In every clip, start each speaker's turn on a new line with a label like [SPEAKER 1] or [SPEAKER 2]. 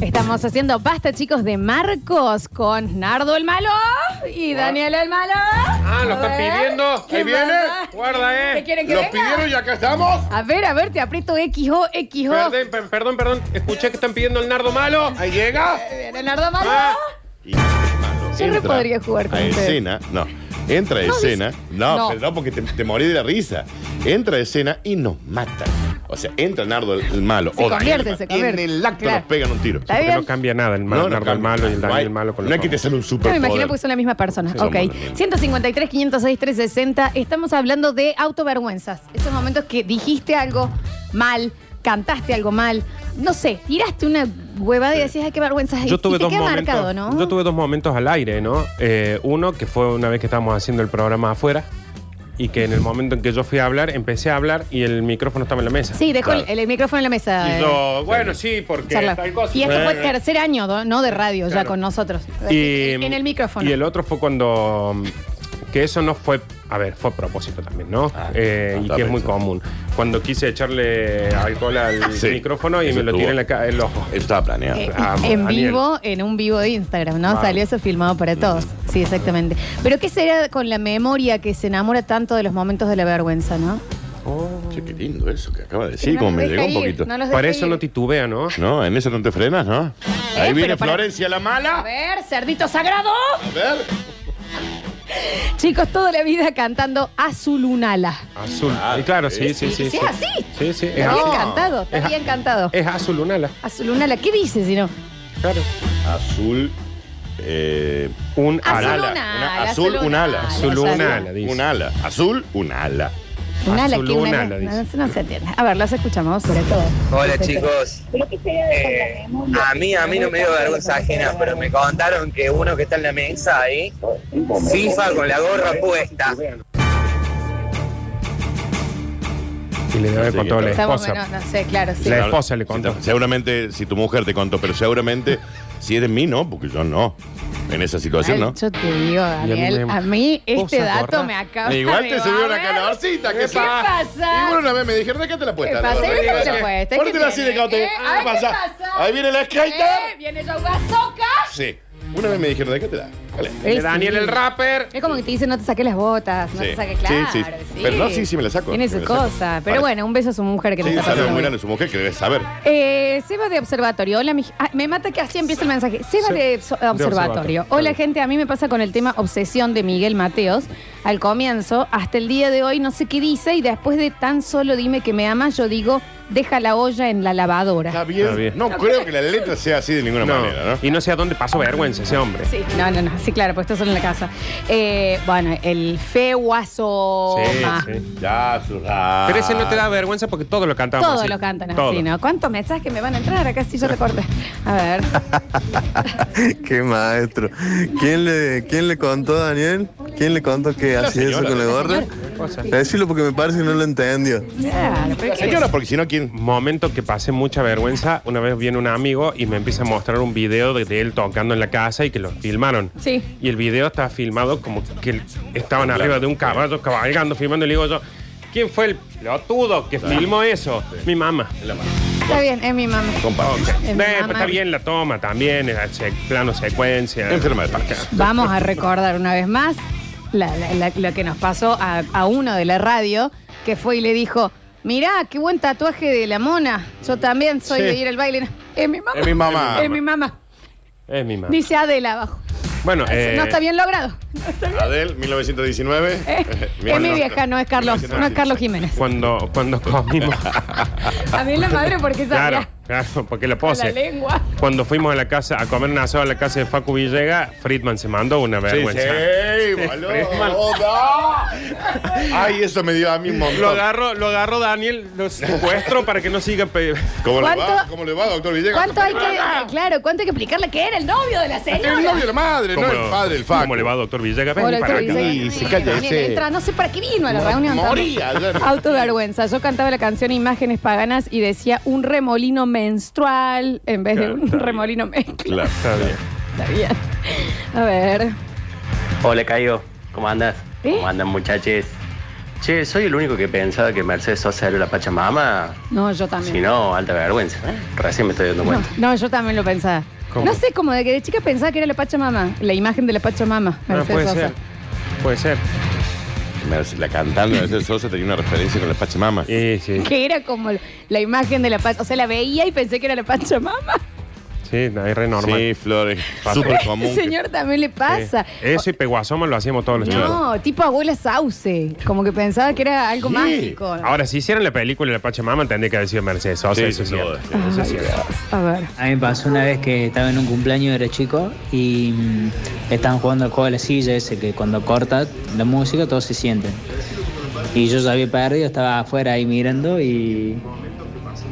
[SPEAKER 1] Estamos haciendo Basta, chicos, de Marcos con Nardo el Malo y Daniel el Malo.
[SPEAKER 2] Ah, lo
[SPEAKER 1] A
[SPEAKER 2] están
[SPEAKER 1] ver,
[SPEAKER 2] pidiendo.
[SPEAKER 1] ¿qué
[SPEAKER 2] Ahí viene.
[SPEAKER 1] pasa?
[SPEAKER 2] Guarda, eh.
[SPEAKER 1] ¿Qué quieren que
[SPEAKER 3] Lo
[SPEAKER 1] venga?
[SPEAKER 3] pidieron y acá estamos.
[SPEAKER 1] A ver, a ver, te aprieto XO, XO.
[SPEAKER 2] Perdón, per- perdón, perdón. Escuché que están pidiendo el nardo malo.
[SPEAKER 3] Ahí llega.
[SPEAKER 1] Viene Nardo Malo.
[SPEAKER 2] Ah.
[SPEAKER 3] Y, mano,
[SPEAKER 1] Yo re
[SPEAKER 3] entra
[SPEAKER 1] podría jugar con
[SPEAKER 3] A
[SPEAKER 1] ustedes.
[SPEAKER 3] escena, no. Entra a
[SPEAKER 1] No,
[SPEAKER 3] escena.
[SPEAKER 1] dice-
[SPEAKER 3] No,
[SPEAKER 1] no.
[SPEAKER 3] pero no, porque te, te morí de la risa. Entra a escena y nos mata. O sea, entra Nardo el, el malo.
[SPEAKER 1] Se
[SPEAKER 3] o Daniel
[SPEAKER 1] convierte,
[SPEAKER 3] el
[SPEAKER 1] se
[SPEAKER 3] malo.
[SPEAKER 1] convierte.
[SPEAKER 3] En el acto
[SPEAKER 1] Claro.
[SPEAKER 3] nos pegan un tiro.
[SPEAKER 1] Está
[SPEAKER 2] Que
[SPEAKER 1] bien.
[SPEAKER 2] no cambia nada el mal, nardo el
[SPEAKER 3] cambia.
[SPEAKER 2] malo y el
[SPEAKER 3] No
[SPEAKER 2] Daniel
[SPEAKER 3] hay-
[SPEAKER 2] el malo con
[SPEAKER 3] No
[SPEAKER 2] los
[SPEAKER 3] es que te
[SPEAKER 2] ojos.
[SPEAKER 3] sale un
[SPEAKER 1] Yo me
[SPEAKER 3] superpoder.
[SPEAKER 1] imaginé porque son la misma persona.
[SPEAKER 3] somos
[SPEAKER 1] ok.
[SPEAKER 3] la misma.
[SPEAKER 1] 153, 506, 360. Estamos hablando de autovergüenzas. Esos momentos que dijiste algo mal, cantaste algo mal, no sé, tiraste una huevada y decías, ay, qué vergüenza.
[SPEAKER 2] Yo
[SPEAKER 1] Y-
[SPEAKER 2] tuve,
[SPEAKER 1] y te
[SPEAKER 2] dos
[SPEAKER 1] queda
[SPEAKER 2] momentos,
[SPEAKER 1] marcado, ¿no?
[SPEAKER 2] yo tuve dos momentos al aire, ¿no? Eh, uno que fue una vez que estábamos haciendo el programa afuera y que en el momento en que yo fui a hablar, empecé a hablar y el micrófono estaba en la mesa.
[SPEAKER 1] Sí, dejó
[SPEAKER 3] Claro.
[SPEAKER 1] el, el micrófono en la mesa.
[SPEAKER 2] Y
[SPEAKER 1] eh,
[SPEAKER 2] yo, bueno, sí, porque
[SPEAKER 1] charlar.
[SPEAKER 2] tal cosa. Eh,
[SPEAKER 1] Y esto fue el
[SPEAKER 2] Bueno.
[SPEAKER 1] tercer año, ¿no? ¿no? De radio, ya
[SPEAKER 2] Claro.
[SPEAKER 1] con nosotros.
[SPEAKER 2] Y-
[SPEAKER 1] en el micrófono.
[SPEAKER 2] Y el otro fue cuando. mm, Que eso no fue. A ver, fue a propósito también, ¿no?
[SPEAKER 3] Ah,
[SPEAKER 2] Eh,
[SPEAKER 3] ah,
[SPEAKER 2] y
[SPEAKER 3] está
[SPEAKER 2] que es muy
[SPEAKER 3] pensando.
[SPEAKER 2] común. Cuando quise echarle alcohol al
[SPEAKER 3] Sí,
[SPEAKER 2] micrófono y
[SPEAKER 3] eso
[SPEAKER 2] me lo
[SPEAKER 3] estuvo.
[SPEAKER 2] tiré en la ca- el ojo.
[SPEAKER 3] Eso estaba planeado.
[SPEAKER 1] Eh,
[SPEAKER 2] Vamos,
[SPEAKER 1] en
[SPEAKER 2] ah, Daniel. Mm.
[SPEAKER 1] vivo, en un vivo de Instagram, ¿no?
[SPEAKER 2] Vamos.
[SPEAKER 1] Salió eso filmado para todos. Sí, exactamente. Pero ¿qué será con la memoria que se enamora tanto de los momentos de la vergüenza, no? Oh.
[SPEAKER 3] Che, qué lindo eso que acaba de
[SPEAKER 1] Que
[SPEAKER 3] decir.
[SPEAKER 1] no
[SPEAKER 3] Como
[SPEAKER 1] los
[SPEAKER 3] me
[SPEAKER 1] deja
[SPEAKER 3] llegó un
[SPEAKER 1] ir,
[SPEAKER 3] poquito.
[SPEAKER 1] no los deja
[SPEAKER 2] Para eso
[SPEAKER 1] ir.
[SPEAKER 2] no titubea, ¿no?
[SPEAKER 3] No, en esa no te frenas, ¿no? Ahí
[SPEAKER 1] Eh, pero
[SPEAKER 3] viene
[SPEAKER 1] para-
[SPEAKER 3] Florencia la
[SPEAKER 1] A
[SPEAKER 3] mala.
[SPEAKER 1] ver, cerdito sagrado.
[SPEAKER 3] A ver.
[SPEAKER 1] Chicos, toda la vida cantando Azulunala.
[SPEAKER 2] Azul.
[SPEAKER 3] Ah,
[SPEAKER 2] y claro, sí, sí,
[SPEAKER 1] Y-
[SPEAKER 2] sí.
[SPEAKER 1] y si
[SPEAKER 2] sí.
[SPEAKER 1] es así.
[SPEAKER 2] Sí, sí. Es
[SPEAKER 1] Está bien
[SPEAKER 2] azul.
[SPEAKER 1] cantado,
[SPEAKER 2] Es
[SPEAKER 1] está
[SPEAKER 2] a-
[SPEAKER 1] bien cantado.
[SPEAKER 2] Es azul unala.
[SPEAKER 1] Azulunala, ¿qué dices si no?
[SPEAKER 2] Claro.
[SPEAKER 3] Azul. Eh,
[SPEAKER 2] Un
[SPEAKER 1] Azul
[SPEAKER 2] ala.
[SPEAKER 1] una
[SPEAKER 3] una-
[SPEAKER 1] ala,
[SPEAKER 3] azul,
[SPEAKER 1] azul
[SPEAKER 3] un
[SPEAKER 1] una
[SPEAKER 3] ala.
[SPEAKER 1] ala,
[SPEAKER 2] Azul,
[SPEAKER 1] o sea,
[SPEAKER 2] un
[SPEAKER 1] no.
[SPEAKER 2] ala, dice.
[SPEAKER 3] Un ala. Azul, un ala.
[SPEAKER 1] Unala, ¿qué? Unala.
[SPEAKER 2] Azulunala, dice.
[SPEAKER 1] No, no se entiende. A ver, las escuchamos. Sobre todo.
[SPEAKER 4] Hola chicos. Eh, a mí, a mí no me dio vergüenza ajena, pero me contaron que uno que está en la mesa ahí, FIFA con la gorra puesta.
[SPEAKER 2] Y le debe
[SPEAKER 3] Sí,
[SPEAKER 2] con toda la
[SPEAKER 1] Estamos
[SPEAKER 2] esposa.
[SPEAKER 1] menos, no sé, claro, sí.
[SPEAKER 2] La
[SPEAKER 3] Claro,
[SPEAKER 2] esposa le
[SPEAKER 3] si
[SPEAKER 2] contó.
[SPEAKER 3] te- seguramente, si tu mujer te contó, pero seguramente, si eres mí, no, porque yo no. En esa situación,
[SPEAKER 1] Ay,
[SPEAKER 3] ¿no?
[SPEAKER 1] Yo te digo, Daniel,
[SPEAKER 2] me-
[SPEAKER 1] a mí este
[SPEAKER 2] Cosa
[SPEAKER 1] dato
[SPEAKER 2] gorda.
[SPEAKER 1] me acaba
[SPEAKER 3] E Igual te
[SPEAKER 1] de
[SPEAKER 3] subió una
[SPEAKER 1] barrer.
[SPEAKER 3] calorcita,
[SPEAKER 1] ¿Qué
[SPEAKER 3] ¿qué pasa?
[SPEAKER 1] pasa?
[SPEAKER 3] Igual una vez me dijeron, ¿de qué te la
[SPEAKER 1] ¿Qué
[SPEAKER 3] puesta?
[SPEAKER 1] pasa? ¿Y qué te
[SPEAKER 3] la
[SPEAKER 1] la puesta? ¿Y
[SPEAKER 3] Póntela
[SPEAKER 1] qué
[SPEAKER 3] así de
[SPEAKER 1] tiene?
[SPEAKER 3] cauto.
[SPEAKER 1] ¿Eh? Ay,
[SPEAKER 3] ¿Qué
[SPEAKER 1] ¿qué
[SPEAKER 3] pasa?
[SPEAKER 1] pasa?
[SPEAKER 3] Ahí viene el
[SPEAKER 1] Eh,
[SPEAKER 3] skater.
[SPEAKER 1] ¡Viene yo bazooka!
[SPEAKER 3] Sí. Una vez me dijeron, ¿de qué te la? Dale.
[SPEAKER 1] Eh, sí.
[SPEAKER 2] Daniel el rapper.
[SPEAKER 1] Es como que te dicen no te saques las botas, no
[SPEAKER 3] Sí.
[SPEAKER 1] te saques
[SPEAKER 3] Sí,
[SPEAKER 1] claro.
[SPEAKER 3] sí. Pero no, sí, sí me la saco,
[SPEAKER 1] Tiene
[SPEAKER 3] sí
[SPEAKER 1] su
[SPEAKER 3] me la saco.
[SPEAKER 1] cosa.
[SPEAKER 3] Vale.
[SPEAKER 1] Pero bueno, un beso a su mujer que
[SPEAKER 3] Sí,
[SPEAKER 1] le está
[SPEAKER 3] saludo
[SPEAKER 1] pasando.
[SPEAKER 3] muy
[SPEAKER 1] bien.
[SPEAKER 3] grande a su mujer que debe saber.
[SPEAKER 1] Eh, Seba de Observatorio. Hola, mi... ah, me mata que así empieza el mensaje. Seba de,
[SPEAKER 2] Sí.
[SPEAKER 1] obs-
[SPEAKER 2] De
[SPEAKER 1] observatorio.
[SPEAKER 2] Observatorio.
[SPEAKER 1] Hola,
[SPEAKER 2] Dale.
[SPEAKER 1] gente. A mí me pasa con el tema obsesión de Miguel Mateos. Al comienzo, hasta el día de hoy, no sé qué dice. Y después de tan solo dime que me amas, yo digo, deja la olla en la lavadora.
[SPEAKER 3] Está bien.
[SPEAKER 2] Está bien.
[SPEAKER 3] No creo que la letra sea así de ninguna
[SPEAKER 2] No.
[SPEAKER 3] manera, ¿no?
[SPEAKER 2] Y no sé a dónde pasó vergüenza ese hombre.
[SPEAKER 1] Sí, no, no, no. Sí, claro, pues está solo en la casa. Eh, bueno, el feguazo.
[SPEAKER 2] Sí,
[SPEAKER 1] ma.
[SPEAKER 2] sí.
[SPEAKER 3] Ya, su- ah.
[SPEAKER 2] Pero ese no te da vergüenza porque todos lo cantamos.
[SPEAKER 1] Todos
[SPEAKER 2] así.
[SPEAKER 1] lo cantan
[SPEAKER 2] Todos.
[SPEAKER 1] así, ¿no? ¿Cuántos mensajes me van a entrar acá si yo te corté? A ver.
[SPEAKER 5] Qué maestro. ¿Quién le, ¿Quién le contó, Daniel? ¿Quién le contó que
[SPEAKER 3] La
[SPEAKER 5] hacía eso
[SPEAKER 3] señora.
[SPEAKER 5] con la gorra?
[SPEAKER 2] Cosa.
[SPEAKER 5] Decirlo porque me parece que no lo entendió.
[SPEAKER 1] Claro, pero ¿qué
[SPEAKER 3] Señora, porque si no, ¿quién?
[SPEAKER 2] Momento que pasé mucha vergüenza. Una vez viene un amigo y me empieza a mostrar un video de, de él tocando en la casa y que lo filmaron.
[SPEAKER 1] Sí.
[SPEAKER 2] Y el video está filmado como que estaban arriba de un caballo cabalgando, filmando. Y le digo yo, ¿quién fue el pelotudo que filmó eso? Mi mamá.
[SPEAKER 1] Está bien, es mi mamá.
[SPEAKER 3] Compartir.
[SPEAKER 1] Es
[SPEAKER 2] Eh,
[SPEAKER 1] mi
[SPEAKER 2] pero
[SPEAKER 1] mamá.
[SPEAKER 2] está bien la toma también, el se- plano secuencia.
[SPEAKER 3] Enferma de parque.
[SPEAKER 1] Vamos a recordar una vez más la- la- la- lo que nos pasó a, a uno de la radio que fue y le dijo: Mirá, qué buen tatuaje de la mona. Yo también soy
[SPEAKER 2] Sí.
[SPEAKER 1] de ir al baile. Es mi mamá.
[SPEAKER 3] Es mi mamá.
[SPEAKER 1] Es mi mamá.
[SPEAKER 2] Es mi mamá.
[SPEAKER 1] Dice Adela abajo.
[SPEAKER 2] Bueno, eh,
[SPEAKER 1] No está bien logrado.
[SPEAKER 3] Adel, 1919.
[SPEAKER 1] Eh,
[SPEAKER 2] Eh,
[SPEAKER 1] es mi vieja, no es Carlos. No es Carlos Jiménez.
[SPEAKER 2] Cuando, cuando comimos.
[SPEAKER 1] A mí es la madre porque
[SPEAKER 2] claro,
[SPEAKER 1] sabía
[SPEAKER 2] claro, porque la
[SPEAKER 1] con la
[SPEAKER 2] pose.
[SPEAKER 1] lengua.
[SPEAKER 2] Cuando fuimos a la casa a comer un asado a la casa de Facu Villega, Friedman se mandó una
[SPEAKER 3] Sí,
[SPEAKER 2] vergüenza.
[SPEAKER 3] sí, boludo. Ay, eso me dio a mí un montón.
[SPEAKER 2] Lo agarro, lo agarro Daniel, lo secuestro para que no siga pe-
[SPEAKER 3] ¿Cómo le, va?
[SPEAKER 1] ¿Cuánto-
[SPEAKER 3] ¿Cómo le va, doctor Villegas?
[SPEAKER 1] ¿Cuánto hay que.? Claro, ¿cuánto hay que explicarle que era el novio de la señora?
[SPEAKER 3] Este El novio de la madre, no
[SPEAKER 2] ¿Cómo-
[SPEAKER 3] el padre, el faco.
[SPEAKER 2] ¿Cómo le va, doctor Villega? Ven
[SPEAKER 1] Hola,
[SPEAKER 2] para
[SPEAKER 1] doctor
[SPEAKER 2] acá.
[SPEAKER 1] Villega.
[SPEAKER 3] Y se calla
[SPEAKER 1] Daniel,
[SPEAKER 3] ese-
[SPEAKER 1] entra, no sé para qué vino a la reunión. tanto.
[SPEAKER 3] Moría ayer.
[SPEAKER 1] Autovergüenza. Yo cantaba la canción Imágenes Paganas y decía un remolino menstrual en vez de
[SPEAKER 2] Claro,
[SPEAKER 1] un
[SPEAKER 2] está bien.
[SPEAKER 1] remolino menstrual.
[SPEAKER 3] Claro.
[SPEAKER 2] Está bien.
[SPEAKER 1] Está bien. A ver.
[SPEAKER 6] Hola, Caio. ¿Cómo andas?
[SPEAKER 1] ¿Eh?
[SPEAKER 6] ¿Cómo andan, muchachos? Che, soy el único que pensaba que Mercedes Sosa era la Pachamama.
[SPEAKER 1] No, yo también.
[SPEAKER 6] Si no, alta vergüenza. ¿eh? Recién me estoy dando
[SPEAKER 1] No,
[SPEAKER 6] cuenta.
[SPEAKER 1] no, yo también lo pensaba.
[SPEAKER 2] ¿Cómo?
[SPEAKER 1] No sé, como de que de chica pensaba que era la Pachamama, la imagen de la Pachamama.
[SPEAKER 2] Ah,
[SPEAKER 1] Mercedes
[SPEAKER 2] puede
[SPEAKER 1] Sosa.
[SPEAKER 2] ser. Puede ser.
[SPEAKER 3] Merce- La cantante de Mercedes Sosa tenía una referencia con la Pachamama.
[SPEAKER 2] Y sí,
[SPEAKER 1] Que era como la imagen de la Pachamama. O sea, la veía y pensé que era la Pachamama.
[SPEAKER 2] sí, es re normal.
[SPEAKER 3] Sí, Flores.
[SPEAKER 2] Pasa.
[SPEAKER 3] Súper
[SPEAKER 1] Este
[SPEAKER 3] común. que-
[SPEAKER 1] señor también le
[SPEAKER 2] Sí.
[SPEAKER 1] pasa.
[SPEAKER 2] Eso y Peguasoma lo hacíamos todos los chicos.
[SPEAKER 1] No, tipo abuela sauce. Como que pensaba que era algo
[SPEAKER 3] Sí. Ah,
[SPEAKER 1] mágico.
[SPEAKER 2] Ahora, si hicieran la película de la Pachamama, tendría que haber sido Mercedes Sosa.
[SPEAKER 3] Sí,
[SPEAKER 2] eso es
[SPEAKER 3] sin
[SPEAKER 2] cierto.
[SPEAKER 3] duda, sí,
[SPEAKER 2] Eso
[SPEAKER 1] Ay,
[SPEAKER 2] es cierto.
[SPEAKER 1] Dios. A ver.
[SPEAKER 7] A mí me pasó una vez que estaba en un cumpleaños, era chico, y mm, estaban jugando al juego de la silla ese que cuando corta la música todos se sienten. Y yo ya había perdido, estaba afuera ahí mirando y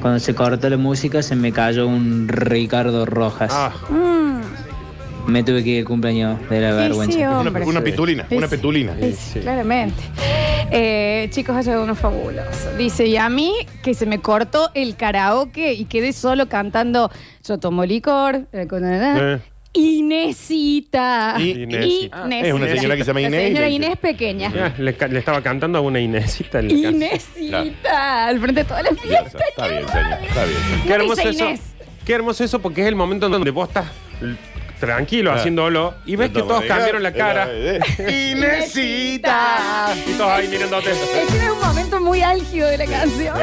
[SPEAKER 7] cuando se cortó la música se me cayó un Ricardo Rojas.
[SPEAKER 2] Ah,
[SPEAKER 1] Mm,
[SPEAKER 7] Me tuve que ir al cumpleaños de la
[SPEAKER 1] y
[SPEAKER 7] vergüenza.
[SPEAKER 1] sí,
[SPEAKER 3] Una,
[SPEAKER 1] hombre.
[SPEAKER 3] una pitulina,
[SPEAKER 1] Sí,
[SPEAKER 3] una
[SPEAKER 1] sí.
[SPEAKER 3] pitulina.
[SPEAKER 1] Sí,
[SPEAKER 2] Sí.
[SPEAKER 1] Claramente. Eh, chicos, ha llegado uno fabuloso. Dice, y a mí que se me cortó el karaoke y quedé solo cantando Yo tomo licor, eh, con-
[SPEAKER 2] Eh.
[SPEAKER 1] Inesita.
[SPEAKER 3] I- Ah,
[SPEAKER 2] Inesita.
[SPEAKER 1] Inesita.
[SPEAKER 3] Es una señora que se llama
[SPEAKER 1] La
[SPEAKER 3] Inés.
[SPEAKER 1] señora Inés pequeña.
[SPEAKER 2] ya, le, ca- le estaba cantando a una Inesita. en la casa.
[SPEAKER 1] Inesita, al frente de toda la
[SPEAKER 3] Ya
[SPEAKER 1] fiesta.
[SPEAKER 3] está, está bien, señor. Está bien.
[SPEAKER 2] Qué
[SPEAKER 1] No
[SPEAKER 2] hermoso
[SPEAKER 1] dice
[SPEAKER 2] eso.
[SPEAKER 1] Inés.
[SPEAKER 2] Qué hermoso eso porque es el momento en donde vos estás l- tranquilo
[SPEAKER 3] Claro.
[SPEAKER 2] haciéndolo y ves que todos cambiaron la cara.
[SPEAKER 1] Inesita.
[SPEAKER 2] Y todos ahí mirándote.
[SPEAKER 1] Ese es Este un momento muy álgido de la canción.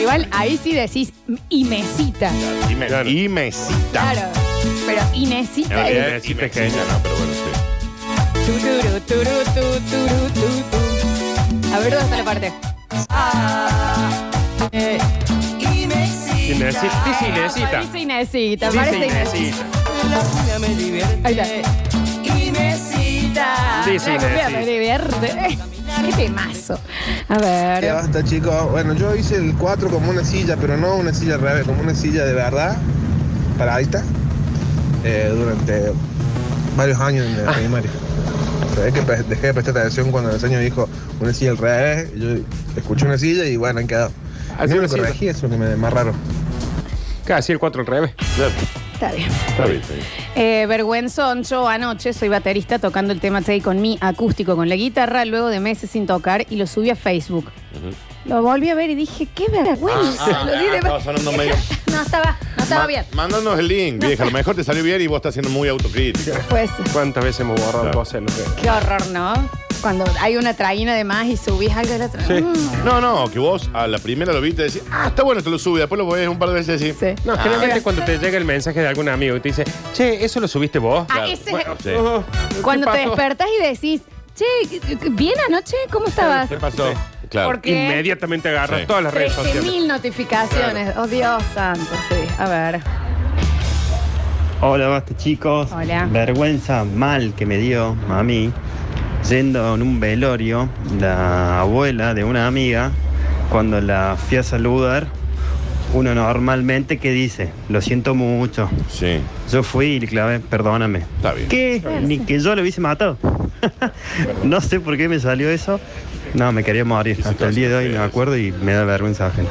[SPEAKER 1] Igual ahí sí decís Inesita.
[SPEAKER 3] Y, me-
[SPEAKER 2] Claro.
[SPEAKER 3] y mesita.
[SPEAKER 1] Claro. Pero Inesita
[SPEAKER 3] Eh,
[SPEAKER 1] es.
[SPEAKER 2] Inés.
[SPEAKER 3] y mesita, no, pero bueno, sí.
[SPEAKER 1] Tururu, turu, tu, turu, tu, tu. A ver dónde está la parte. Eh,
[SPEAKER 2] Inesita. Dice
[SPEAKER 1] ah,
[SPEAKER 2] Inesita.
[SPEAKER 1] Dice Inesita.
[SPEAKER 2] Dice
[SPEAKER 1] parece
[SPEAKER 2] Inesita.
[SPEAKER 1] Ahí está. Inesita.
[SPEAKER 2] Dice Inesita.
[SPEAKER 1] Me divierte. Qué temazo. A
[SPEAKER 8] Ya
[SPEAKER 1] ver.
[SPEAKER 8] basta, chicos. Bueno, yo hice el 4 como una silla, pero no una silla al revés, como una silla de verdad, paradita, eh, durante varios años en
[SPEAKER 9] Ah.
[SPEAKER 8] la primaria. Se ve que pre- dejé de prestar atención cuando el señor dijo una silla al revés. y Yo escuché una silla y bueno, han quedado.
[SPEAKER 2] Así
[SPEAKER 8] no
[SPEAKER 2] una
[SPEAKER 8] me
[SPEAKER 2] silla.
[SPEAKER 8] corregí, eso es lo que me más raro.
[SPEAKER 2] Casi el 4 al revés.
[SPEAKER 3] Claro,
[SPEAKER 1] Está bien.
[SPEAKER 3] Está bien, está bien.
[SPEAKER 1] Eh, vergüenzón, yo anoche soy baterista tocando el tema Take con mi acústico con la guitarra, luego de meses sin tocar y lo subí a Facebook. Lo volví a ver y dije, qué vergüenza.
[SPEAKER 3] Ah,
[SPEAKER 1] lo di de-
[SPEAKER 3] estaba sonando medio-
[SPEAKER 1] no estaba, no estaba
[SPEAKER 3] Ma-
[SPEAKER 1] bien.
[SPEAKER 3] Mándanos el link, vieja. A lo mejor te salió bien y vos estás siendo muy autocrítico.
[SPEAKER 1] Pues,
[SPEAKER 2] ¿Cuántas veces hemos borrado
[SPEAKER 3] Claro.
[SPEAKER 2] cosas? en los que-
[SPEAKER 1] qué horror, ¿no? Cuando hay una traína de más y subís algo de la otra.
[SPEAKER 2] Sí.
[SPEAKER 1] Mm,
[SPEAKER 3] No, no, que vos a la primera lo viste y decís, ah, está bueno, te lo sube. Después lo ves un par de veces y decís,
[SPEAKER 1] sí.
[SPEAKER 2] No,
[SPEAKER 1] Ah,
[SPEAKER 2] generalmente
[SPEAKER 1] pero-
[SPEAKER 2] cuando te llega el mensaje de algún amigo y te dice, che, ¿eso lo subiste vos?
[SPEAKER 1] Ah, ese es-
[SPEAKER 3] sí.
[SPEAKER 2] Oh,
[SPEAKER 1] Cuando
[SPEAKER 2] ¿qué
[SPEAKER 1] te
[SPEAKER 2] pasó?
[SPEAKER 1] despertás y decís, che, ¿bien anoche? ¿Cómo estabas?
[SPEAKER 3] ¿qué pasó? Claro.
[SPEAKER 1] Porque- ¿Qué?
[SPEAKER 2] Inmediatamente agarras
[SPEAKER 3] Sí.
[SPEAKER 2] todas las redes sociales.
[SPEAKER 1] 13.000 notificaciones. Oh, Dios santo, sí. A ver.
[SPEAKER 9] Hola, basta chicos.
[SPEAKER 1] Hola.
[SPEAKER 9] Vergüenza mal que me dio a mí, yendo en un velorio, la abuela de una amiga, cuando la fui a saludar, uno normalmente que dice, lo siento mucho.
[SPEAKER 3] Sí,
[SPEAKER 9] Yo fui y le clavé, perdóname.
[SPEAKER 3] está bien.
[SPEAKER 9] ¿Qué? Ni que yo lo hubiese matado. no sé por qué me salió eso. No, me quería morir.
[SPEAKER 3] Sí, sí,
[SPEAKER 9] Hasta el día de hoy me
[SPEAKER 3] sí.
[SPEAKER 9] acuerdo y me da vergüenza ajena.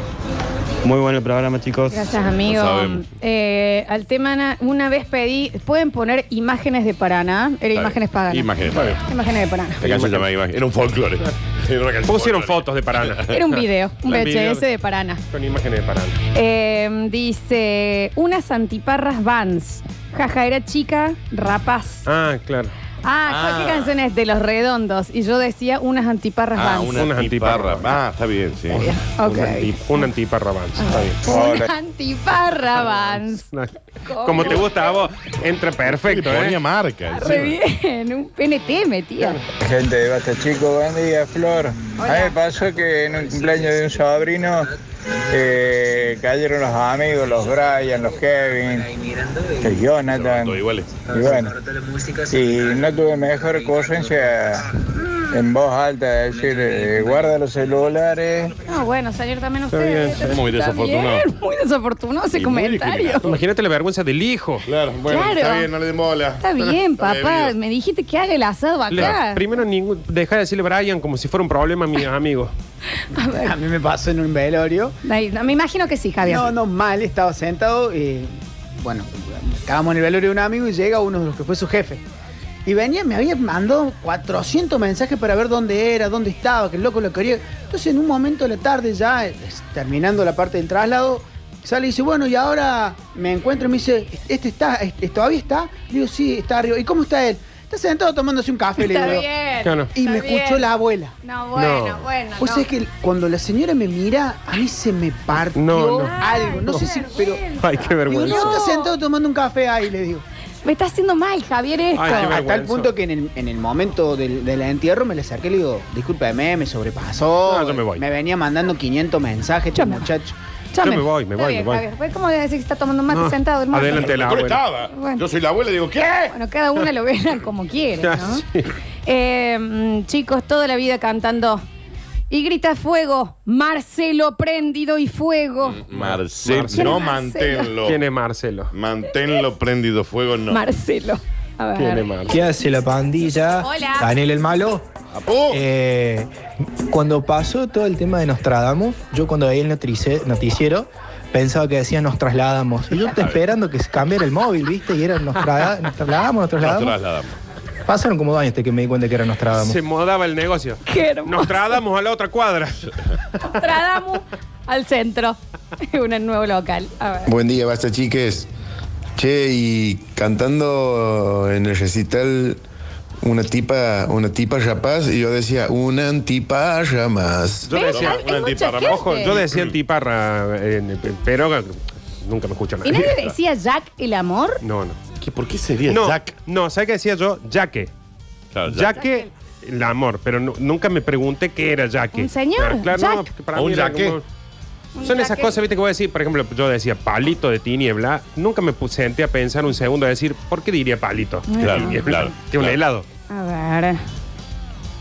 [SPEAKER 9] Muy bueno el programa, chicos.
[SPEAKER 1] Gracias, amigo.
[SPEAKER 3] Lo sabemos.
[SPEAKER 1] Eh, al tema, na- una vez pedí, ¿pueden poner imágenes de Paraná? Era
[SPEAKER 3] Está
[SPEAKER 1] imágenes
[SPEAKER 3] bien.
[SPEAKER 1] paganas.
[SPEAKER 3] Imágenes paganas.
[SPEAKER 1] Imágenes de Paraná.
[SPEAKER 3] La canción se llama Imagen. Era un folclore. Era una canción
[SPEAKER 2] Pusieron
[SPEAKER 3] folclore.
[SPEAKER 2] fotos de Paraná.
[SPEAKER 3] Eh,
[SPEAKER 1] Era un video, un
[SPEAKER 2] Era un video.
[SPEAKER 1] VHS de Paraná.
[SPEAKER 2] Con imágenes de Paraná.
[SPEAKER 1] Eh, dice, unas antiparras Vans. Jaja, era chica, rapaz. Ah,
[SPEAKER 2] Ah, claro.
[SPEAKER 3] Ah.
[SPEAKER 1] ¿cuál- ¿qué canción es? De Los Redondos. Y yo decía, unas antiparras
[SPEAKER 3] Ah,
[SPEAKER 1] Vans.
[SPEAKER 3] una
[SPEAKER 2] Unas
[SPEAKER 3] antiparra.
[SPEAKER 2] antiparras.
[SPEAKER 3] Ah, está bien, sí.
[SPEAKER 1] Ok.
[SPEAKER 2] Un, anti, un antiparra Vans, Está bien.
[SPEAKER 1] Una antiparra Vans.
[SPEAKER 2] No. Como te gusta a vos, entra
[SPEAKER 3] Le
[SPEAKER 2] perfecto,
[SPEAKER 3] ponía
[SPEAKER 2] ¿eh?
[SPEAKER 3] marca. encima.
[SPEAKER 1] Ah, Re bien, un PNT metía.
[SPEAKER 8] Gente de Basta Chico, buen día, Flor.
[SPEAKER 1] Hola.
[SPEAKER 8] A mí me pasó que en un cumpleaños de un sobrino eh, cayeron los amigos, los Brian, los Kevin, el Jonathan.
[SPEAKER 3] Todo igual.
[SPEAKER 8] Y bueno, y no tuve mejor conciencia en voz alta de decir, eh, guarda los celulares.
[SPEAKER 1] No, Ah, bueno, señor, también
[SPEAKER 2] bien,
[SPEAKER 1] ustedes.
[SPEAKER 2] está
[SPEAKER 3] bien. Muy desafortunado.
[SPEAKER 1] Está bien, Muy desafortunado ese
[SPEAKER 3] Y muy
[SPEAKER 1] comentario.
[SPEAKER 3] discriminado.
[SPEAKER 2] Imagínate la vergüenza del hijo.
[SPEAKER 3] Claro, bueno,
[SPEAKER 1] Claro.
[SPEAKER 3] está bien, no le den bola.
[SPEAKER 1] Está bien,
[SPEAKER 3] Está
[SPEAKER 1] papá.
[SPEAKER 3] bebido.
[SPEAKER 1] Me dijiste que haga el asado
[SPEAKER 2] Le-
[SPEAKER 1] acá.
[SPEAKER 2] primero, ningún, deja de decirle Brian como si fuera un problema a mis amigos.
[SPEAKER 10] A mí me pasó en un velorio.
[SPEAKER 1] Ay, no, me imagino que sí, Javier.
[SPEAKER 10] No, no, mal, estaba sentado. eh, bueno, estábamos en el velorio de un amigo y llega uno de los que fue su jefe. Y venía, me había mandado 400 mensajes para ver dónde era, dónde estaba, que el loco lo quería. Entonces, en un momento de la tarde, ya eh, terminando la parte del traslado, sale y dice, bueno, y ahora me encuentro y me dice, ¿este está, este, todavía está? Le digo, sí, está arriba. ¿Y cómo está él? Está sentado tomándose un café, le
[SPEAKER 1] Está
[SPEAKER 10] digo.
[SPEAKER 1] bien, Claro.
[SPEAKER 10] Y
[SPEAKER 1] está
[SPEAKER 10] me
[SPEAKER 1] bien.
[SPEAKER 10] escuchó la abuela.
[SPEAKER 1] No, bueno,
[SPEAKER 10] No.
[SPEAKER 1] bueno.
[SPEAKER 10] Vos
[SPEAKER 1] no.
[SPEAKER 10] sabés que cuando la señora me mira, a mí se me partió
[SPEAKER 2] No, no.
[SPEAKER 10] algo. No, sé si, pero.
[SPEAKER 2] Ay, qué
[SPEAKER 10] Digo,
[SPEAKER 2] vergüenza.
[SPEAKER 10] no, está sentado tomando un café ahí, le digo.
[SPEAKER 1] Me está haciendo mal, Javier, eh. esto.
[SPEAKER 10] a tal punto que en el, en el momento del, del entierro me le acerqué y le digo, discúlpeme, me sobrepasó. me venía mandando 500 mensajes, este muchacho.
[SPEAKER 1] Ya Está bien, Javier. Pues, ¿Cómo le decís que está tomando mate
[SPEAKER 10] No.
[SPEAKER 1] sentado, hermano?
[SPEAKER 10] Adelante, la
[SPEAKER 3] Mejor
[SPEAKER 10] abuela.
[SPEAKER 3] estaba.
[SPEAKER 1] Bueno.
[SPEAKER 3] Yo soy la abuela y digo, ¿qué?
[SPEAKER 1] Bueno, cada una lo verá como quiere, ¿no? Eh, mm, chicos, toda la vida cantando. Y grita fuego, Marcelo prendido y fuego.
[SPEAKER 3] Mm,
[SPEAKER 1] Marcelo. ¿Quién
[SPEAKER 3] Marcelo, no
[SPEAKER 1] es Marcelo?
[SPEAKER 3] manténlo.
[SPEAKER 2] ¿Quién es Marcelo?
[SPEAKER 3] Manténlo prendido fuego, no.
[SPEAKER 1] Marcelo. A ver.
[SPEAKER 11] ¿Qué hace la pandilla?
[SPEAKER 1] Hola.
[SPEAKER 11] Daniel el Malo.
[SPEAKER 3] Oh.
[SPEAKER 11] Eh, cuando pasó todo el tema de Nostradamus, yo cuando veía el notici- noticiero pensaba que decía nos trasladamos. Y yo estaba esperando que se cambiara el móvil, ¿viste? Y era nos, trasla- nos trasladamos, nos
[SPEAKER 3] Nos
[SPEAKER 11] trasladamos.
[SPEAKER 3] trasladamos.
[SPEAKER 11] Pasaron como dos años hasta que me di cuenta que era Nostradamus.
[SPEAKER 2] Se mudaba el negocio.
[SPEAKER 1] Qué hermoso.
[SPEAKER 2] Nos trasladamos a la otra cuadra.
[SPEAKER 1] Nostradamus al centro. un nuevo local. A ver.
[SPEAKER 12] Buen día, basta chiques. Che, y cantando en el recital una tipa, una tipa rapaz, y yo decía, una antiparra más.
[SPEAKER 2] Yo decía, Ojo, yo decía antiparra, eh, pero eh, nunca me escuchan.
[SPEAKER 1] ¿Y nadie decía Jack el amor?
[SPEAKER 2] No, no.
[SPEAKER 3] ¿Por qué sería
[SPEAKER 2] no,
[SPEAKER 3] Jack?
[SPEAKER 2] No, ¿sabes qué decía yo? Jaque. Jaque, el amor, pero nu- nunca me pregunté qué era Jaque.
[SPEAKER 1] ¿Un señor?
[SPEAKER 2] Ah, claro, no,
[SPEAKER 1] Jack.
[SPEAKER 2] porque para
[SPEAKER 1] ¿O
[SPEAKER 2] mí
[SPEAKER 1] un
[SPEAKER 2] era
[SPEAKER 1] Jaque?
[SPEAKER 2] como- Son esas cosas, viste, que voy a decir, por ejemplo, yo decía palito de tiniebla, nunca me puse senté a pensar un segundo a decir, ¿por qué diría palito? de
[SPEAKER 1] Claro,
[SPEAKER 2] tiniebla? Que un helado.
[SPEAKER 1] A ver.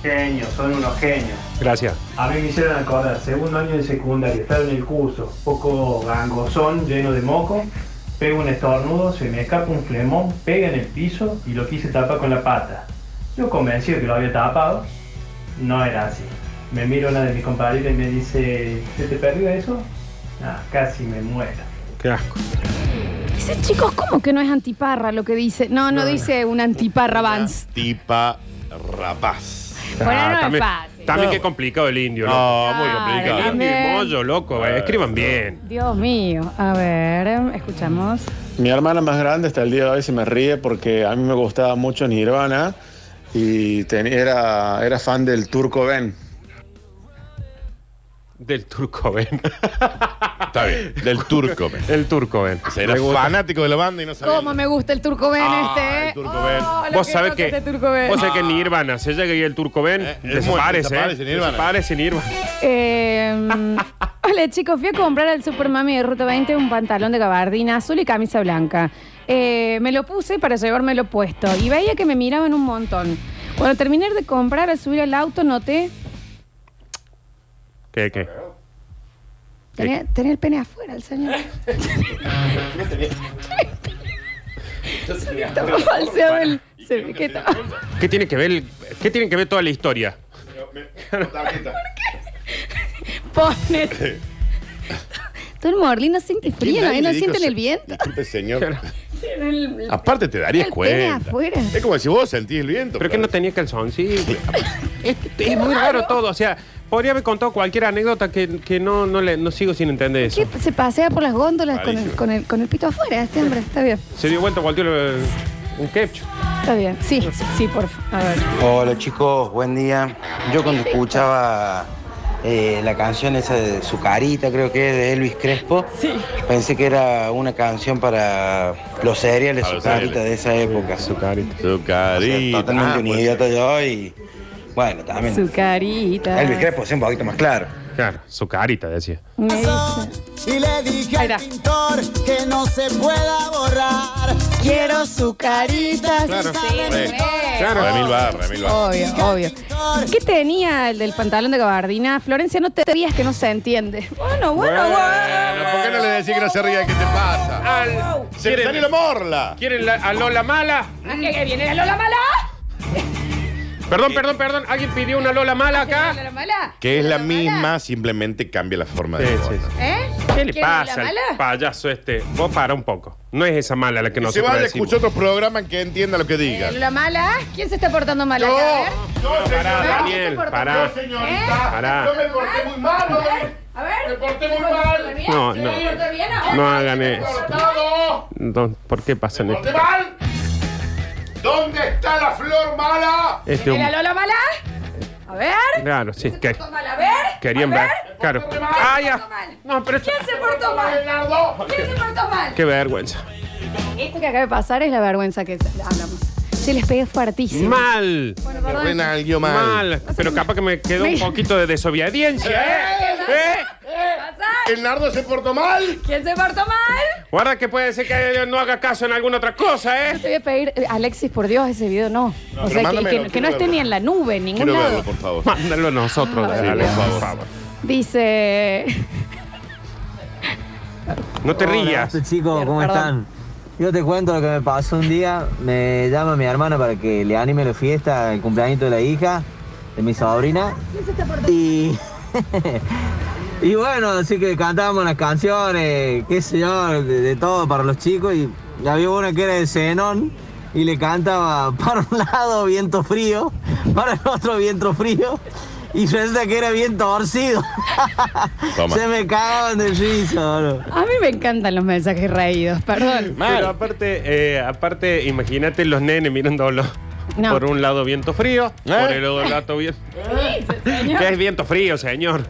[SPEAKER 13] Genios, son unos genios.
[SPEAKER 2] Gracias.
[SPEAKER 13] A mí me hicieron acordar, segundo año de secundaria, estaba en el curso, poco gangosón, lleno de moco, pego un estornudo, se me escapa un flemón, pega en el piso y lo quise tapar con la pata. Yo convencido que lo había tapado, no era así. Me mira una de mis compañeras y me dice, ¿se te perdió eso? Ah, casi me muero.
[SPEAKER 2] Qué asco.
[SPEAKER 1] Dicen, chicos, ¿cómo que no es antiparra lo que dice? No, no, dice un antiparra Vance.
[SPEAKER 3] Tipa rapaz.
[SPEAKER 1] Bueno, no es también- fácil.
[SPEAKER 2] ah, También
[SPEAKER 3] No.
[SPEAKER 2] qué complicado el indio.
[SPEAKER 3] No,
[SPEAKER 2] loco.
[SPEAKER 3] muy
[SPEAKER 1] complicado.
[SPEAKER 2] El indio y
[SPEAKER 1] también.
[SPEAKER 2] mollo, loco. eh, Escriban bien.
[SPEAKER 1] Dios mío. A ver, escuchamos.
[SPEAKER 14] Mi hermana más grande hasta el día de hoy se me ríe porque a mí me gustaba mucho Nirvana y ten- era, era fan del turco Ben.
[SPEAKER 2] Del turco Ben.
[SPEAKER 3] Está bien. Del turco Ben.
[SPEAKER 2] El turco Ben.
[SPEAKER 3] era
[SPEAKER 2] Me gusta.
[SPEAKER 3] fanático de la banda y no sabía.
[SPEAKER 1] ¿Cómo me gusta el turco Ben
[SPEAKER 3] Ah,
[SPEAKER 1] este? eh?
[SPEAKER 3] el Turco Ben.
[SPEAKER 1] Oh, lo
[SPEAKER 2] Vos
[SPEAKER 1] que
[SPEAKER 2] sabés
[SPEAKER 1] toca
[SPEAKER 2] que,
[SPEAKER 1] este Turco Ben.
[SPEAKER 2] vos sabés que Nirvana, se llega y el turco Ben, desaparece,
[SPEAKER 3] desaparece
[SPEAKER 2] eh.
[SPEAKER 3] Nirvana.
[SPEAKER 2] Desaparece Nirvana.
[SPEAKER 1] Eh, hola chicos, fui a comprar al Supermami de Ruta 20 un pantalón de gabardina azul y camisa blanca. Eh, me lo puse para llevármelo puesto y veía que me miraban un montón. Cuando terminé de comprar, al subir al auto, noté.
[SPEAKER 2] ¿Qué, qué?
[SPEAKER 1] Tenía, tenía el pene afuera el señor. Ah, Estaba falseado el. Se ve que estaba-
[SPEAKER 2] ¿Qué tiene que ver, el- qué tiene que ver toda la historia?
[SPEAKER 1] Pone. Todo el morlino siente frío, ¿no? ¿Eh? ¿No sienten el viento?
[SPEAKER 3] Disculpe, señor.
[SPEAKER 1] El- el-
[SPEAKER 3] Aparte te darías
[SPEAKER 1] el pene
[SPEAKER 3] cuenta.
[SPEAKER 1] afuera.
[SPEAKER 3] Es como si vos sentís el viento.
[SPEAKER 2] Pero que no tenía calzón, sí. es, es muy raro todo, o sea, podría haber contado cualquier anécdota que, que no, no, le, no sigo sin entender eso.
[SPEAKER 1] ¿Qué se pasea por las góndolas con el,
[SPEAKER 2] Rarísimo.
[SPEAKER 1] con, el, con el pito afuera? Este hombre, está bien,
[SPEAKER 2] Se dio vuelta cualquier eh, un ketchup.
[SPEAKER 1] está bien. Sí, sí, por favor. A ver.
[SPEAKER 15] Hola chicos, buen día. Yo cuando escuchaba eh, la canción esa de su carita, creo que es de Elvis Crespo, pensé que era una canción para los cereales,
[SPEAKER 3] Para
[SPEAKER 15] su
[SPEAKER 3] los
[SPEAKER 15] carita
[SPEAKER 3] cereales.
[SPEAKER 15] de esa época. Su
[SPEAKER 2] carita.
[SPEAKER 3] Su carita.
[SPEAKER 15] totalmente
[SPEAKER 3] Ah,
[SPEAKER 15] un
[SPEAKER 3] puede
[SPEAKER 15] idiota yo y bueno, también.
[SPEAKER 1] Su carita.
[SPEAKER 15] Elvis Crespo es un poquito más claro.
[SPEAKER 2] Claro, su carita decía.
[SPEAKER 1] Me dice-
[SPEAKER 16] Y le dije al pintor que no se pueda borrar. Quiero su carita.
[SPEAKER 3] Claro.
[SPEAKER 16] su
[SPEAKER 3] Sí.
[SPEAKER 16] carita.
[SPEAKER 3] Claro. Remil bar, remil bar.
[SPEAKER 1] Obvio, obvio. ¿Qué tenía el del pantalón de gabardina? Florencia, no te rías que no se entiende. Bueno, bueno, bueno.
[SPEAKER 3] ¿Por qué no le decís que no se ría? ¿Qué te pasa? ¡Se me
[SPEAKER 2] ¿Quieren-
[SPEAKER 3] salió la morla!
[SPEAKER 1] Ah,
[SPEAKER 2] ¿Quieren la- a Lola Mala?
[SPEAKER 1] ¿A qué viene la Lola Mala?
[SPEAKER 2] Perdón, perdón, perdón. ¿Alguien pidió una Lola mala acá?
[SPEAKER 1] ¿La mala?
[SPEAKER 3] Que es la misma, simplemente cambia la forma de voz.
[SPEAKER 1] ¿Eh?
[SPEAKER 2] ¿Qué le
[SPEAKER 1] ¿Quieren
[SPEAKER 2] pasa
[SPEAKER 1] la mala?
[SPEAKER 2] al payaso este? Vos para un poco. No es esa mala la que
[SPEAKER 3] Que
[SPEAKER 2] nosotros
[SPEAKER 3] se vaya a
[SPEAKER 2] decimos.
[SPEAKER 3] escuchar otro programa que entienda lo que diga.
[SPEAKER 1] ¿La mala? ¿Quién se está portando mal acá? A ver.
[SPEAKER 2] Pará,
[SPEAKER 1] ¿Eh?
[SPEAKER 2] Daniel,
[SPEAKER 1] ¿Quién se portó
[SPEAKER 2] pará.
[SPEAKER 1] mal?
[SPEAKER 2] Pará.
[SPEAKER 1] ¿Eh? A ver, a ver. Me porté muy mal.
[SPEAKER 2] No, no. No hagan eso.
[SPEAKER 1] eso.
[SPEAKER 2] No, ¿Por qué este? pasan esto?
[SPEAKER 1] mal?
[SPEAKER 3] ¿Dónde está la flor mala?
[SPEAKER 2] Este
[SPEAKER 1] ¿La
[SPEAKER 2] hum-
[SPEAKER 1] Lola mala? A ver.
[SPEAKER 2] Claro, sí. que-
[SPEAKER 1] A ver.
[SPEAKER 2] Querían ver. Claro. ¡Ay, ah,
[SPEAKER 1] No, pero ¿Quién se portó mal? ¿Quién se portó mal?
[SPEAKER 2] qué vergüenza!
[SPEAKER 1] Esto que acaba de pasar es la vergüenza que hablamos. Se les pegué fuertísimo.
[SPEAKER 2] ¡Mal!
[SPEAKER 1] perdón. Ven
[SPEAKER 3] algo mal.
[SPEAKER 2] Pero capaz que me quedó un
[SPEAKER 1] Mira.
[SPEAKER 2] poquito de desobediencia, ¿eh?
[SPEAKER 3] ¿El nardo se portó mal?
[SPEAKER 1] ¿Quién se portó mal?
[SPEAKER 2] Guarda que puede ser que no haga caso en alguna otra cosa,
[SPEAKER 1] Yo
[SPEAKER 2] ¿eh?
[SPEAKER 1] te voy a pedir, eh, Alexis, por Dios, ese video no.
[SPEAKER 2] No,
[SPEAKER 1] o sea,
[SPEAKER 2] pero
[SPEAKER 1] que- que,
[SPEAKER 2] mándamelo,
[SPEAKER 1] que
[SPEAKER 2] quiero
[SPEAKER 1] no esté
[SPEAKER 2] verlo.
[SPEAKER 1] ni en la nube, en ningún
[SPEAKER 2] Quiero
[SPEAKER 1] lado.
[SPEAKER 2] verlo, por favor. Mándalo nosotros,
[SPEAKER 1] Ah,
[SPEAKER 2] dale,
[SPEAKER 1] Dios.
[SPEAKER 2] por favor.
[SPEAKER 1] Dice.
[SPEAKER 2] No te rías.
[SPEAKER 17] chicos, este ¿cómo están? Yo te cuento lo que me pasó un día. Me llama mi hermana para que le anime la fiesta, el cumpleaños de la hija, de mi sobrina. Y, y bueno, así que cantábamos las canciones, qué sé yo, de, de todo para los chicos. Y había una que era de Zenón y le cantaba para un lado viento frío, para el otro viento frío. Y resulta que era bien torcido.
[SPEAKER 3] Toma.
[SPEAKER 17] Se me cagaban de risa, boludo.
[SPEAKER 1] A mí me encantan los mensajes reídos, perdón.
[SPEAKER 2] Pero aparte, eh, aparte imagínate los nenes mirándolo.
[SPEAKER 1] No.
[SPEAKER 2] Por un lado viento frío,
[SPEAKER 3] ¿Eh?
[SPEAKER 2] por el otro lado viento... ¿Qué es viento frío, señor?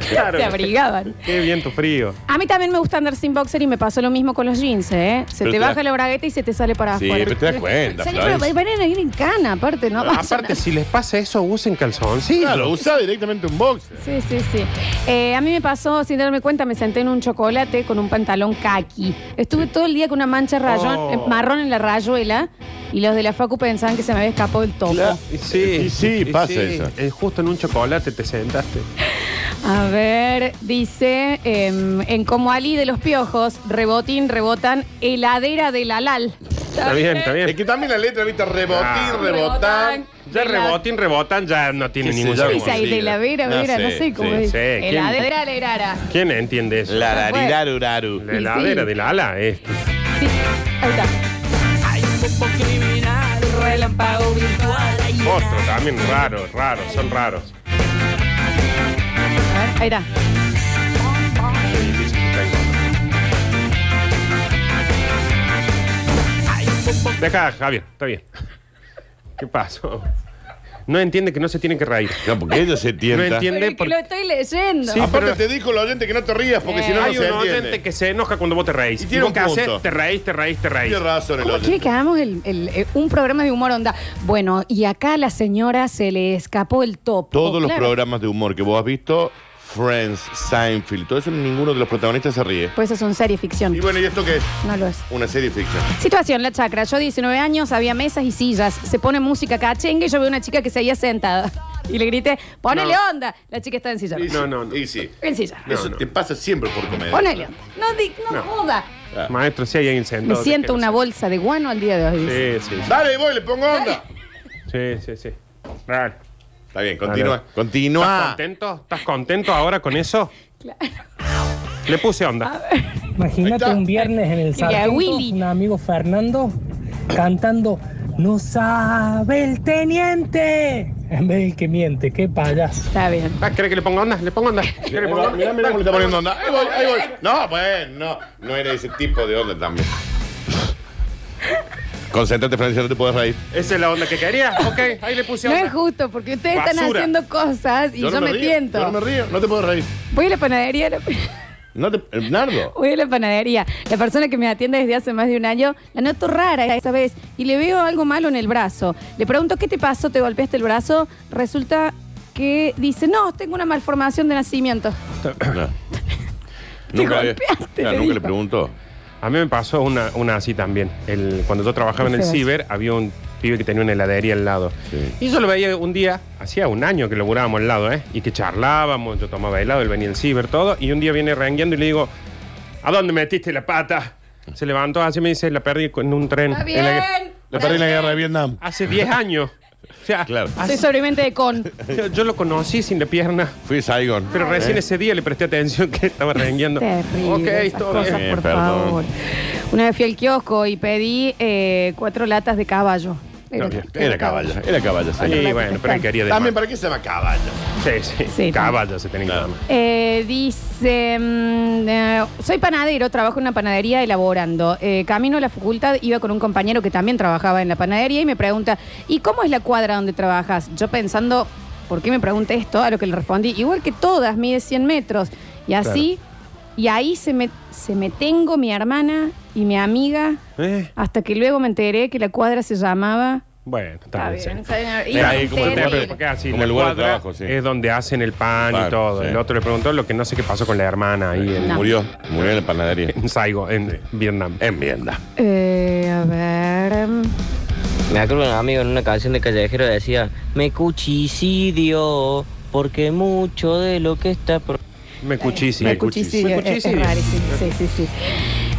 [SPEAKER 1] Se abrigaban.
[SPEAKER 2] Qué viento frío.
[SPEAKER 1] A mí también me gusta andar sin boxer y me pasó lo mismo con los jeans, ¿eh? Se
[SPEAKER 2] Pero
[SPEAKER 1] te
[SPEAKER 2] te
[SPEAKER 1] baja
[SPEAKER 2] das-
[SPEAKER 1] la bragueta y se te sale para
[SPEAKER 2] Sí,
[SPEAKER 1] afuera.
[SPEAKER 2] pero te das cuenta,
[SPEAKER 1] Señor,
[SPEAKER 2] Florencia.
[SPEAKER 1] pero van a ir en cana, aparte, ¿no?
[SPEAKER 2] Aparte, si les pasa eso, usen calzón. Sí.
[SPEAKER 3] Claro, usa directamente un boxer.
[SPEAKER 1] Sí, sí, sí. Eh, a mí me pasó, sin darme cuenta, me senté en un chocolate con un pantalón kaki. Estuve todo el día con una mancha rayón,
[SPEAKER 2] Oh.
[SPEAKER 1] eh, marrón en la rayuela y los de la facu pensaban que se me había escapado el topo.
[SPEAKER 2] Y Sí,
[SPEAKER 3] Y sí, pasa eso.
[SPEAKER 2] Eh, justo en un chocolate te sentaste.
[SPEAKER 1] A ver, dice, em, en Como Ali de los Piojos, rebotín, rebotan, heladera de la lal.
[SPEAKER 2] Está bien, está bien.
[SPEAKER 3] Es que también la letra, viste, rebotín,
[SPEAKER 2] Ah.
[SPEAKER 3] rebotan.
[SPEAKER 2] Ya rebotín, rebotan, ya no tiene
[SPEAKER 3] Sí,
[SPEAKER 2] ningún
[SPEAKER 3] sí, ya
[SPEAKER 1] Dice ahí de la vera, vera, no sé, cómo
[SPEAKER 2] sí,
[SPEAKER 1] es.
[SPEAKER 2] sí. ¿Quién,
[SPEAKER 1] Heladera, lerara.
[SPEAKER 2] quién entiende eso? La
[SPEAKER 3] raridaruraru.
[SPEAKER 2] La heladera
[SPEAKER 1] Sí.
[SPEAKER 2] de la ala, eh.
[SPEAKER 1] Ahí está.
[SPEAKER 2] Otro también raro, raro, son raros.
[SPEAKER 1] A ver, ahí está.
[SPEAKER 2] Qué difícil que tengo. Deja, Javier, está bien. ¿Qué pasó? No entiende que no se tiene que reír.
[SPEAKER 3] No, porque ella se tienta.
[SPEAKER 2] No entiende
[SPEAKER 1] Pero es que
[SPEAKER 2] porque...
[SPEAKER 1] lo estoy leyendo.
[SPEAKER 2] Sí,
[SPEAKER 3] Aparte
[SPEAKER 2] pero-
[SPEAKER 3] te dijo el oyente que no te rías porque si no, no
[SPEAKER 2] Hay
[SPEAKER 3] se
[SPEAKER 2] un oyente
[SPEAKER 3] entiende.
[SPEAKER 2] que se enoja cuando vos te reís.
[SPEAKER 3] Y tiene
[SPEAKER 2] vos
[SPEAKER 3] un
[SPEAKER 2] qué haces?
[SPEAKER 3] punto.
[SPEAKER 2] Te reís, te reís, te reís.
[SPEAKER 3] Tiene razón el
[SPEAKER 1] ¿Cómo quiere
[SPEAKER 3] oyente.
[SPEAKER 1] que hagamos el- el- eh, un programa de humor onda? Bueno, y acá a la señora se le escapó el topo.
[SPEAKER 3] Todos los
[SPEAKER 1] Claro.
[SPEAKER 3] programas de humor que vos has visto, Friends, Seinfeld, todo eso, ninguno de los protagonistas se ríe.
[SPEAKER 1] Pues eso es una serie ficción.
[SPEAKER 3] Y bueno, ¿y esto qué es?
[SPEAKER 1] No lo es.
[SPEAKER 3] Una serie ficción.
[SPEAKER 1] Situación, la chacra. Yo 19 años, había mesas y sillas. Se pone música cachengue y yo veo una chica que se había sentada. Y le grité, ponele
[SPEAKER 3] No.
[SPEAKER 1] onda. La chica está en silla.
[SPEAKER 3] Y sí, Y sí.
[SPEAKER 1] En silla.
[SPEAKER 3] Eso te pasa siempre por comedia.
[SPEAKER 1] Ponele onda. No, di- no
[SPEAKER 2] No.
[SPEAKER 1] joda.
[SPEAKER 2] Maestro, si hay alguien
[SPEAKER 1] Me
[SPEAKER 2] sentado.
[SPEAKER 1] siento una bolsa de guano al día de hoy. dice.
[SPEAKER 2] Sí, sí, sí.
[SPEAKER 3] Dale, voy, le pongo onda.
[SPEAKER 2] Sí, sí, sí. Raro.
[SPEAKER 3] Está bien, continúa.
[SPEAKER 2] ¿Estás
[SPEAKER 3] Continúa.
[SPEAKER 2] contento? ¿Estás contento ahora con eso? Claro. Le puse onda.
[SPEAKER 18] Imagínate un viernes en el
[SPEAKER 1] Diría
[SPEAKER 18] Sargento,
[SPEAKER 1] Willy.
[SPEAKER 18] un amigo Fernando cantando No sabe el teniente en vez del que miente, qué payaso.
[SPEAKER 1] Está bien.
[SPEAKER 2] Ah, ¿Cree que le ponga onda? Le pongo onda. ¿Cree que le ponga onda?
[SPEAKER 3] Mira, mira cómo le está poniendo onda. Ahí voy, ahí voy. No, bueno, no, no era ese tipo de onda también. Concéntrate, Francia, no te puedes reír.
[SPEAKER 2] Esa es la onda que quería. Ok, ahí le puse
[SPEAKER 1] No
[SPEAKER 2] onda.
[SPEAKER 1] es justo, porque ustedes están
[SPEAKER 2] Basura.
[SPEAKER 1] haciendo cosas y yo, me,
[SPEAKER 3] río,
[SPEAKER 1] tiento.
[SPEAKER 3] Yo no me río, no te puedo reír.
[SPEAKER 1] Voy a la panadería. la-
[SPEAKER 3] No te, eh, Nardo.
[SPEAKER 1] Voy a la panadería. La persona que me atiende desde hace más de un año, la noto rara esa vez y le veo algo malo en el brazo. Le pregunto, ¿qué te pasó? ¿Te golpeaste el brazo? Resulta que dice, no, tengo una malformación de nacimiento.
[SPEAKER 3] No. Nunca, le-
[SPEAKER 1] golpeaste,
[SPEAKER 3] Claro,
[SPEAKER 1] le
[SPEAKER 3] nunca le
[SPEAKER 1] dijo.
[SPEAKER 3] pregunto.
[SPEAKER 2] A mí me pasó una, una así también. El- cuando yo trabajaba en el
[SPEAKER 3] Ese es.
[SPEAKER 2] ciber, había un pibe que tenía una heladería al lado. Y yo lo veía un día, hacía un año que laburábamos al lado, ¿eh? Y que charlábamos, yo tomaba helado, él venía el ciber, todo. Y un día viene rengueando y le digo, ¿a dónde metiste la pata? Se levantó así y me dice, la perdí en un tren.
[SPEAKER 1] Está
[SPEAKER 2] En la,
[SPEAKER 1] bien.
[SPEAKER 2] la perdí en la guerra de
[SPEAKER 3] Vietnam.
[SPEAKER 2] Hace 10 años. O sea,
[SPEAKER 1] Soy sobreviviente de con.
[SPEAKER 2] Yo, yo lo conocí sin la pierna.
[SPEAKER 3] Fui Saigon.
[SPEAKER 2] Pero recién
[SPEAKER 3] ¿Eh?
[SPEAKER 2] ese día le presté atención que estaba rengueando.
[SPEAKER 1] Terrible.
[SPEAKER 2] Ok,
[SPEAKER 1] esas
[SPEAKER 2] todo
[SPEAKER 1] cosas,
[SPEAKER 2] bien.
[SPEAKER 1] por favor. Una vez fui al kiosco y pedí eh, cuatro latas de caballo. Era-
[SPEAKER 3] No, bien. Era caballa, era caballa.
[SPEAKER 2] Sí, bueno, pero él quería de
[SPEAKER 3] También,
[SPEAKER 2] más.
[SPEAKER 3] ¿para qué se llama caballa?
[SPEAKER 2] Sí, sí. Caballo se tiene que llamar.
[SPEAKER 1] Eh, dice, mm, eh, soy panadero, trabajo en una panadería elaborando. Eh, camino a la facultad, iba con un compañero que también trabajaba en la panadería y me pregunta, ¿y cómo es la cuadra donde trabajas? Yo pensando, ¿por qué me pregunta esto? A lo que le respondí, igual que todas, mide 100 metros. Y así, y ahí se me, se me tengo mi hermana y mi amiga,
[SPEAKER 2] ¿Eh?
[SPEAKER 1] hasta que luego me enteré que la cuadra se llamaba...
[SPEAKER 2] Bueno, está bien. sí.
[SPEAKER 1] ¿saben?
[SPEAKER 2] Era
[SPEAKER 1] Y
[SPEAKER 2] ahí como el
[SPEAKER 1] terrible.
[SPEAKER 2] lugar de- porque así,
[SPEAKER 3] Como
[SPEAKER 2] la
[SPEAKER 3] el lugar de
[SPEAKER 2] cuadra
[SPEAKER 3] trabajo, sí.
[SPEAKER 2] Es donde hacen el pan
[SPEAKER 3] Claro,
[SPEAKER 2] y todo.
[SPEAKER 3] sí.
[SPEAKER 2] El otro le preguntó lo que no sé qué pasó con la hermana ahí. En,
[SPEAKER 1] No.
[SPEAKER 3] Murió, murió en la panadería.
[SPEAKER 2] En Saigo, en Vietnam.
[SPEAKER 3] En Vietnam.
[SPEAKER 1] Eh, a ver... mm,
[SPEAKER 19] Me acuerdo un amigo en una canción de Callejero decía, me cuchicidio, porque mucho de lo que está...
[SPEAKER 2] Me cuchicidio.
[SPEAKER 1] Me cuchicidio,
[SPEAKER 19] Me
[SPEAKER 1] es- es
[SPEAKER 19] cuchicidio.
[SPEAKER 1] rarísimo, sí, sí, sí.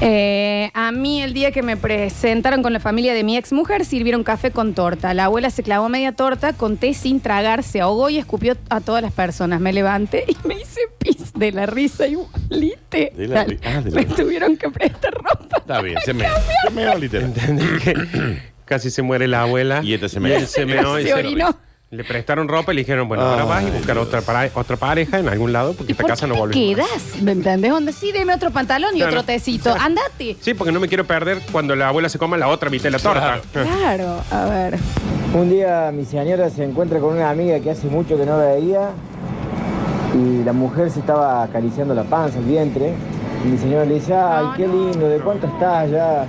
[SPEAKER 1] Eh, a mí el día que me presentaron con la familia de mi ex mujer sirvieron café con torta. La abuela se clavó media torta con té sin tragar, se ahogó y escupió a todas las personas. Me levanté y me hice pis de la risa igualite.
[SPEAKER 3] De la ri- ah, de la-
[SPEAKER 1] Me tuvieron que prestar ropa.
[SPEAKER 3] Está bien, se me. Se meó, literal.
[SPEAKER 2] Entendí que casi se muere la abuela. Y
[SPEAKER 3] este se
[SPEAKER 2] me
[SPEAKER 3] meó.
[SPEAKER 2] se meó y
[SPEAKER 1] Se
[SPEAKER 2] se-
[SPEAKER 1] orinó.
[SPEAKER 2] Le prestaron ropa y le dijeron, bueno, ahora vas y buscar otra, para- otra pareja en algún lado porque esta casa no
[SPEAKER 1] ¿Te
[SPEAKER 2] volvemos.
[SPEAKER 1] quedas? ¿Me entendés? Onda, sí, deme otro pantalón y
[SPEAKER 2] Claro.
[SPEAKER 1] otro tecito. Andate.
[SPEAKER 2] Sí, porque no me quiero perder cuando la abuela se coma la otra mitad de la torta.
[SPEAKER 1] Claro, a ver.
[SPEAKER 20] Un día mi señora se encuentra con una amiga que hace mucho que no veía y la mujer se estaba acariciando la panza, el vientre. Y mi señora le dice, ay, qué lindo, ¿de cuánto estás ya?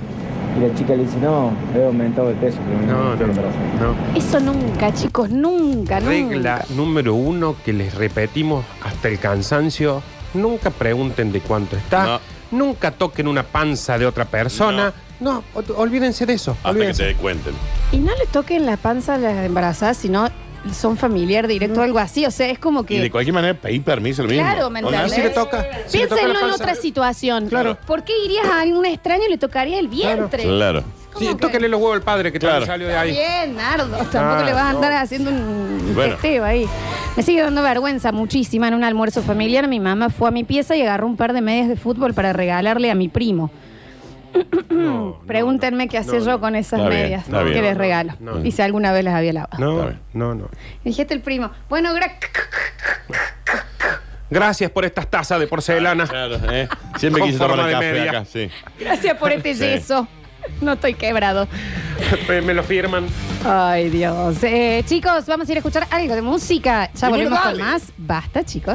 [SPEAKER 20] Y la chica le dice, no, he aumentado de peso. pero
[SPEAKER 2] No, no, no.
[SPEAKER 1] Eso nunca, chicos, nunca, nunca.
[SPEAKER 2] Regla número uno que les repetimos hasta el cansancio: nunca pregunten de cuánto está, nunca toquen una panza de otra persona. No, ol- olvídense de eso.
[SPEAKER 3] Hasta que
[SPEAKER 2] olvídense.
[SPEAKER 3] se dé cuenta.
[SPEAKER 1] Y no les toquen la panza a las embarazadas, sino son familiar
[SPEAKER 3] Mm.
[SPEAKER 1] directo o algo así. O sea, es como
[SPEAKER 3] Y de
[SPEAKER 1] que.
[SPEAKER 3] cualquier manera pedí permiso lo mismo.
[SPEAKER 1] Claro, ¿me
[SPEAKER 3] Onda,
[SPEAKER 1] entendés?
[SPEAKER 3] si le toca. si le toca
[SPEAKER 1] Piénsenlo
[SPEAKER 3] la
[SPEAKER 1] en
[SPEAKER 3] panza.
[SPEAKER 1] otra situación. Claro. ¿Por qué irías a un extraño y le tocaría el vientre?
[SPEAKER 3] Claro.
[SPEAKER 2] Sí, tóquenle los huevos al padre que claro. salió de
[SPEAKER 1] Está
[SPEAKER 2] ahí.
[SPEAKER 1] bien, Nardo. Tampoco
[SPEAKER 3] Ah,
[SPEAKER 2] Claro,
[SPEAKER 1] le vas a andar
[SPEAKER 2] no.
[SPEAKER 1] haciendo un
[SPEAKER 2] Bueno.
[SPEAKER 1] testeo ahí. Me sigue dando vergüenza muchísima en un almuerzo familiar. Mi mamá fue a mi pieza y agarró un par de medias de fútbol para regalarle a mi primo. Pregúntenme qué hacía yo con esas
[SPEAKER 2] Está bien,
[SPEAKER 1] medias
[SPEAKER 2] está
[SPEAKER 1] que
[SPEAKER 2] bien.
[SPEAKER 1] les regalo.
[SPEAKER 2] No, no.
[SPEAKER 1] Y si alguna vez las había lavado.
[SPEAKER 2] No, no, no.
[SPEAKER 1] Dijiste el primo. Bueno, gracias.
[SPEAKER 2] Gracias por estas tazas de porcelana.
[SPEAKER 3] eh. Siempre
[SPEAKER 2] Con
[SPEAKER 3] quise tomar
[SPEAKER 2] forma
[SPEAKER 3] el
[SPEAKER 2] de
[SPEAKER 3] café
[SPEAKER 2] media.
[SPEAKER 3] acá, sí.
[SPEAKER 1] Gracias por este
[SPEAKER 2] Sí.
[SPEAKER 1] yeso. No estoy quebrado.
[SPEAKER 2] Me- Me lo firman.
[SPEAKER 1] Ay, Dios. Eh, chicos, vamos a ir a escuchar algo de música. Ya
[SPEAKER 2] Y bueno,
[SPEAKER 1] volvemos con
[SPEAKER 2] dale.
[SPEAKER 1] más. Basta, chicos.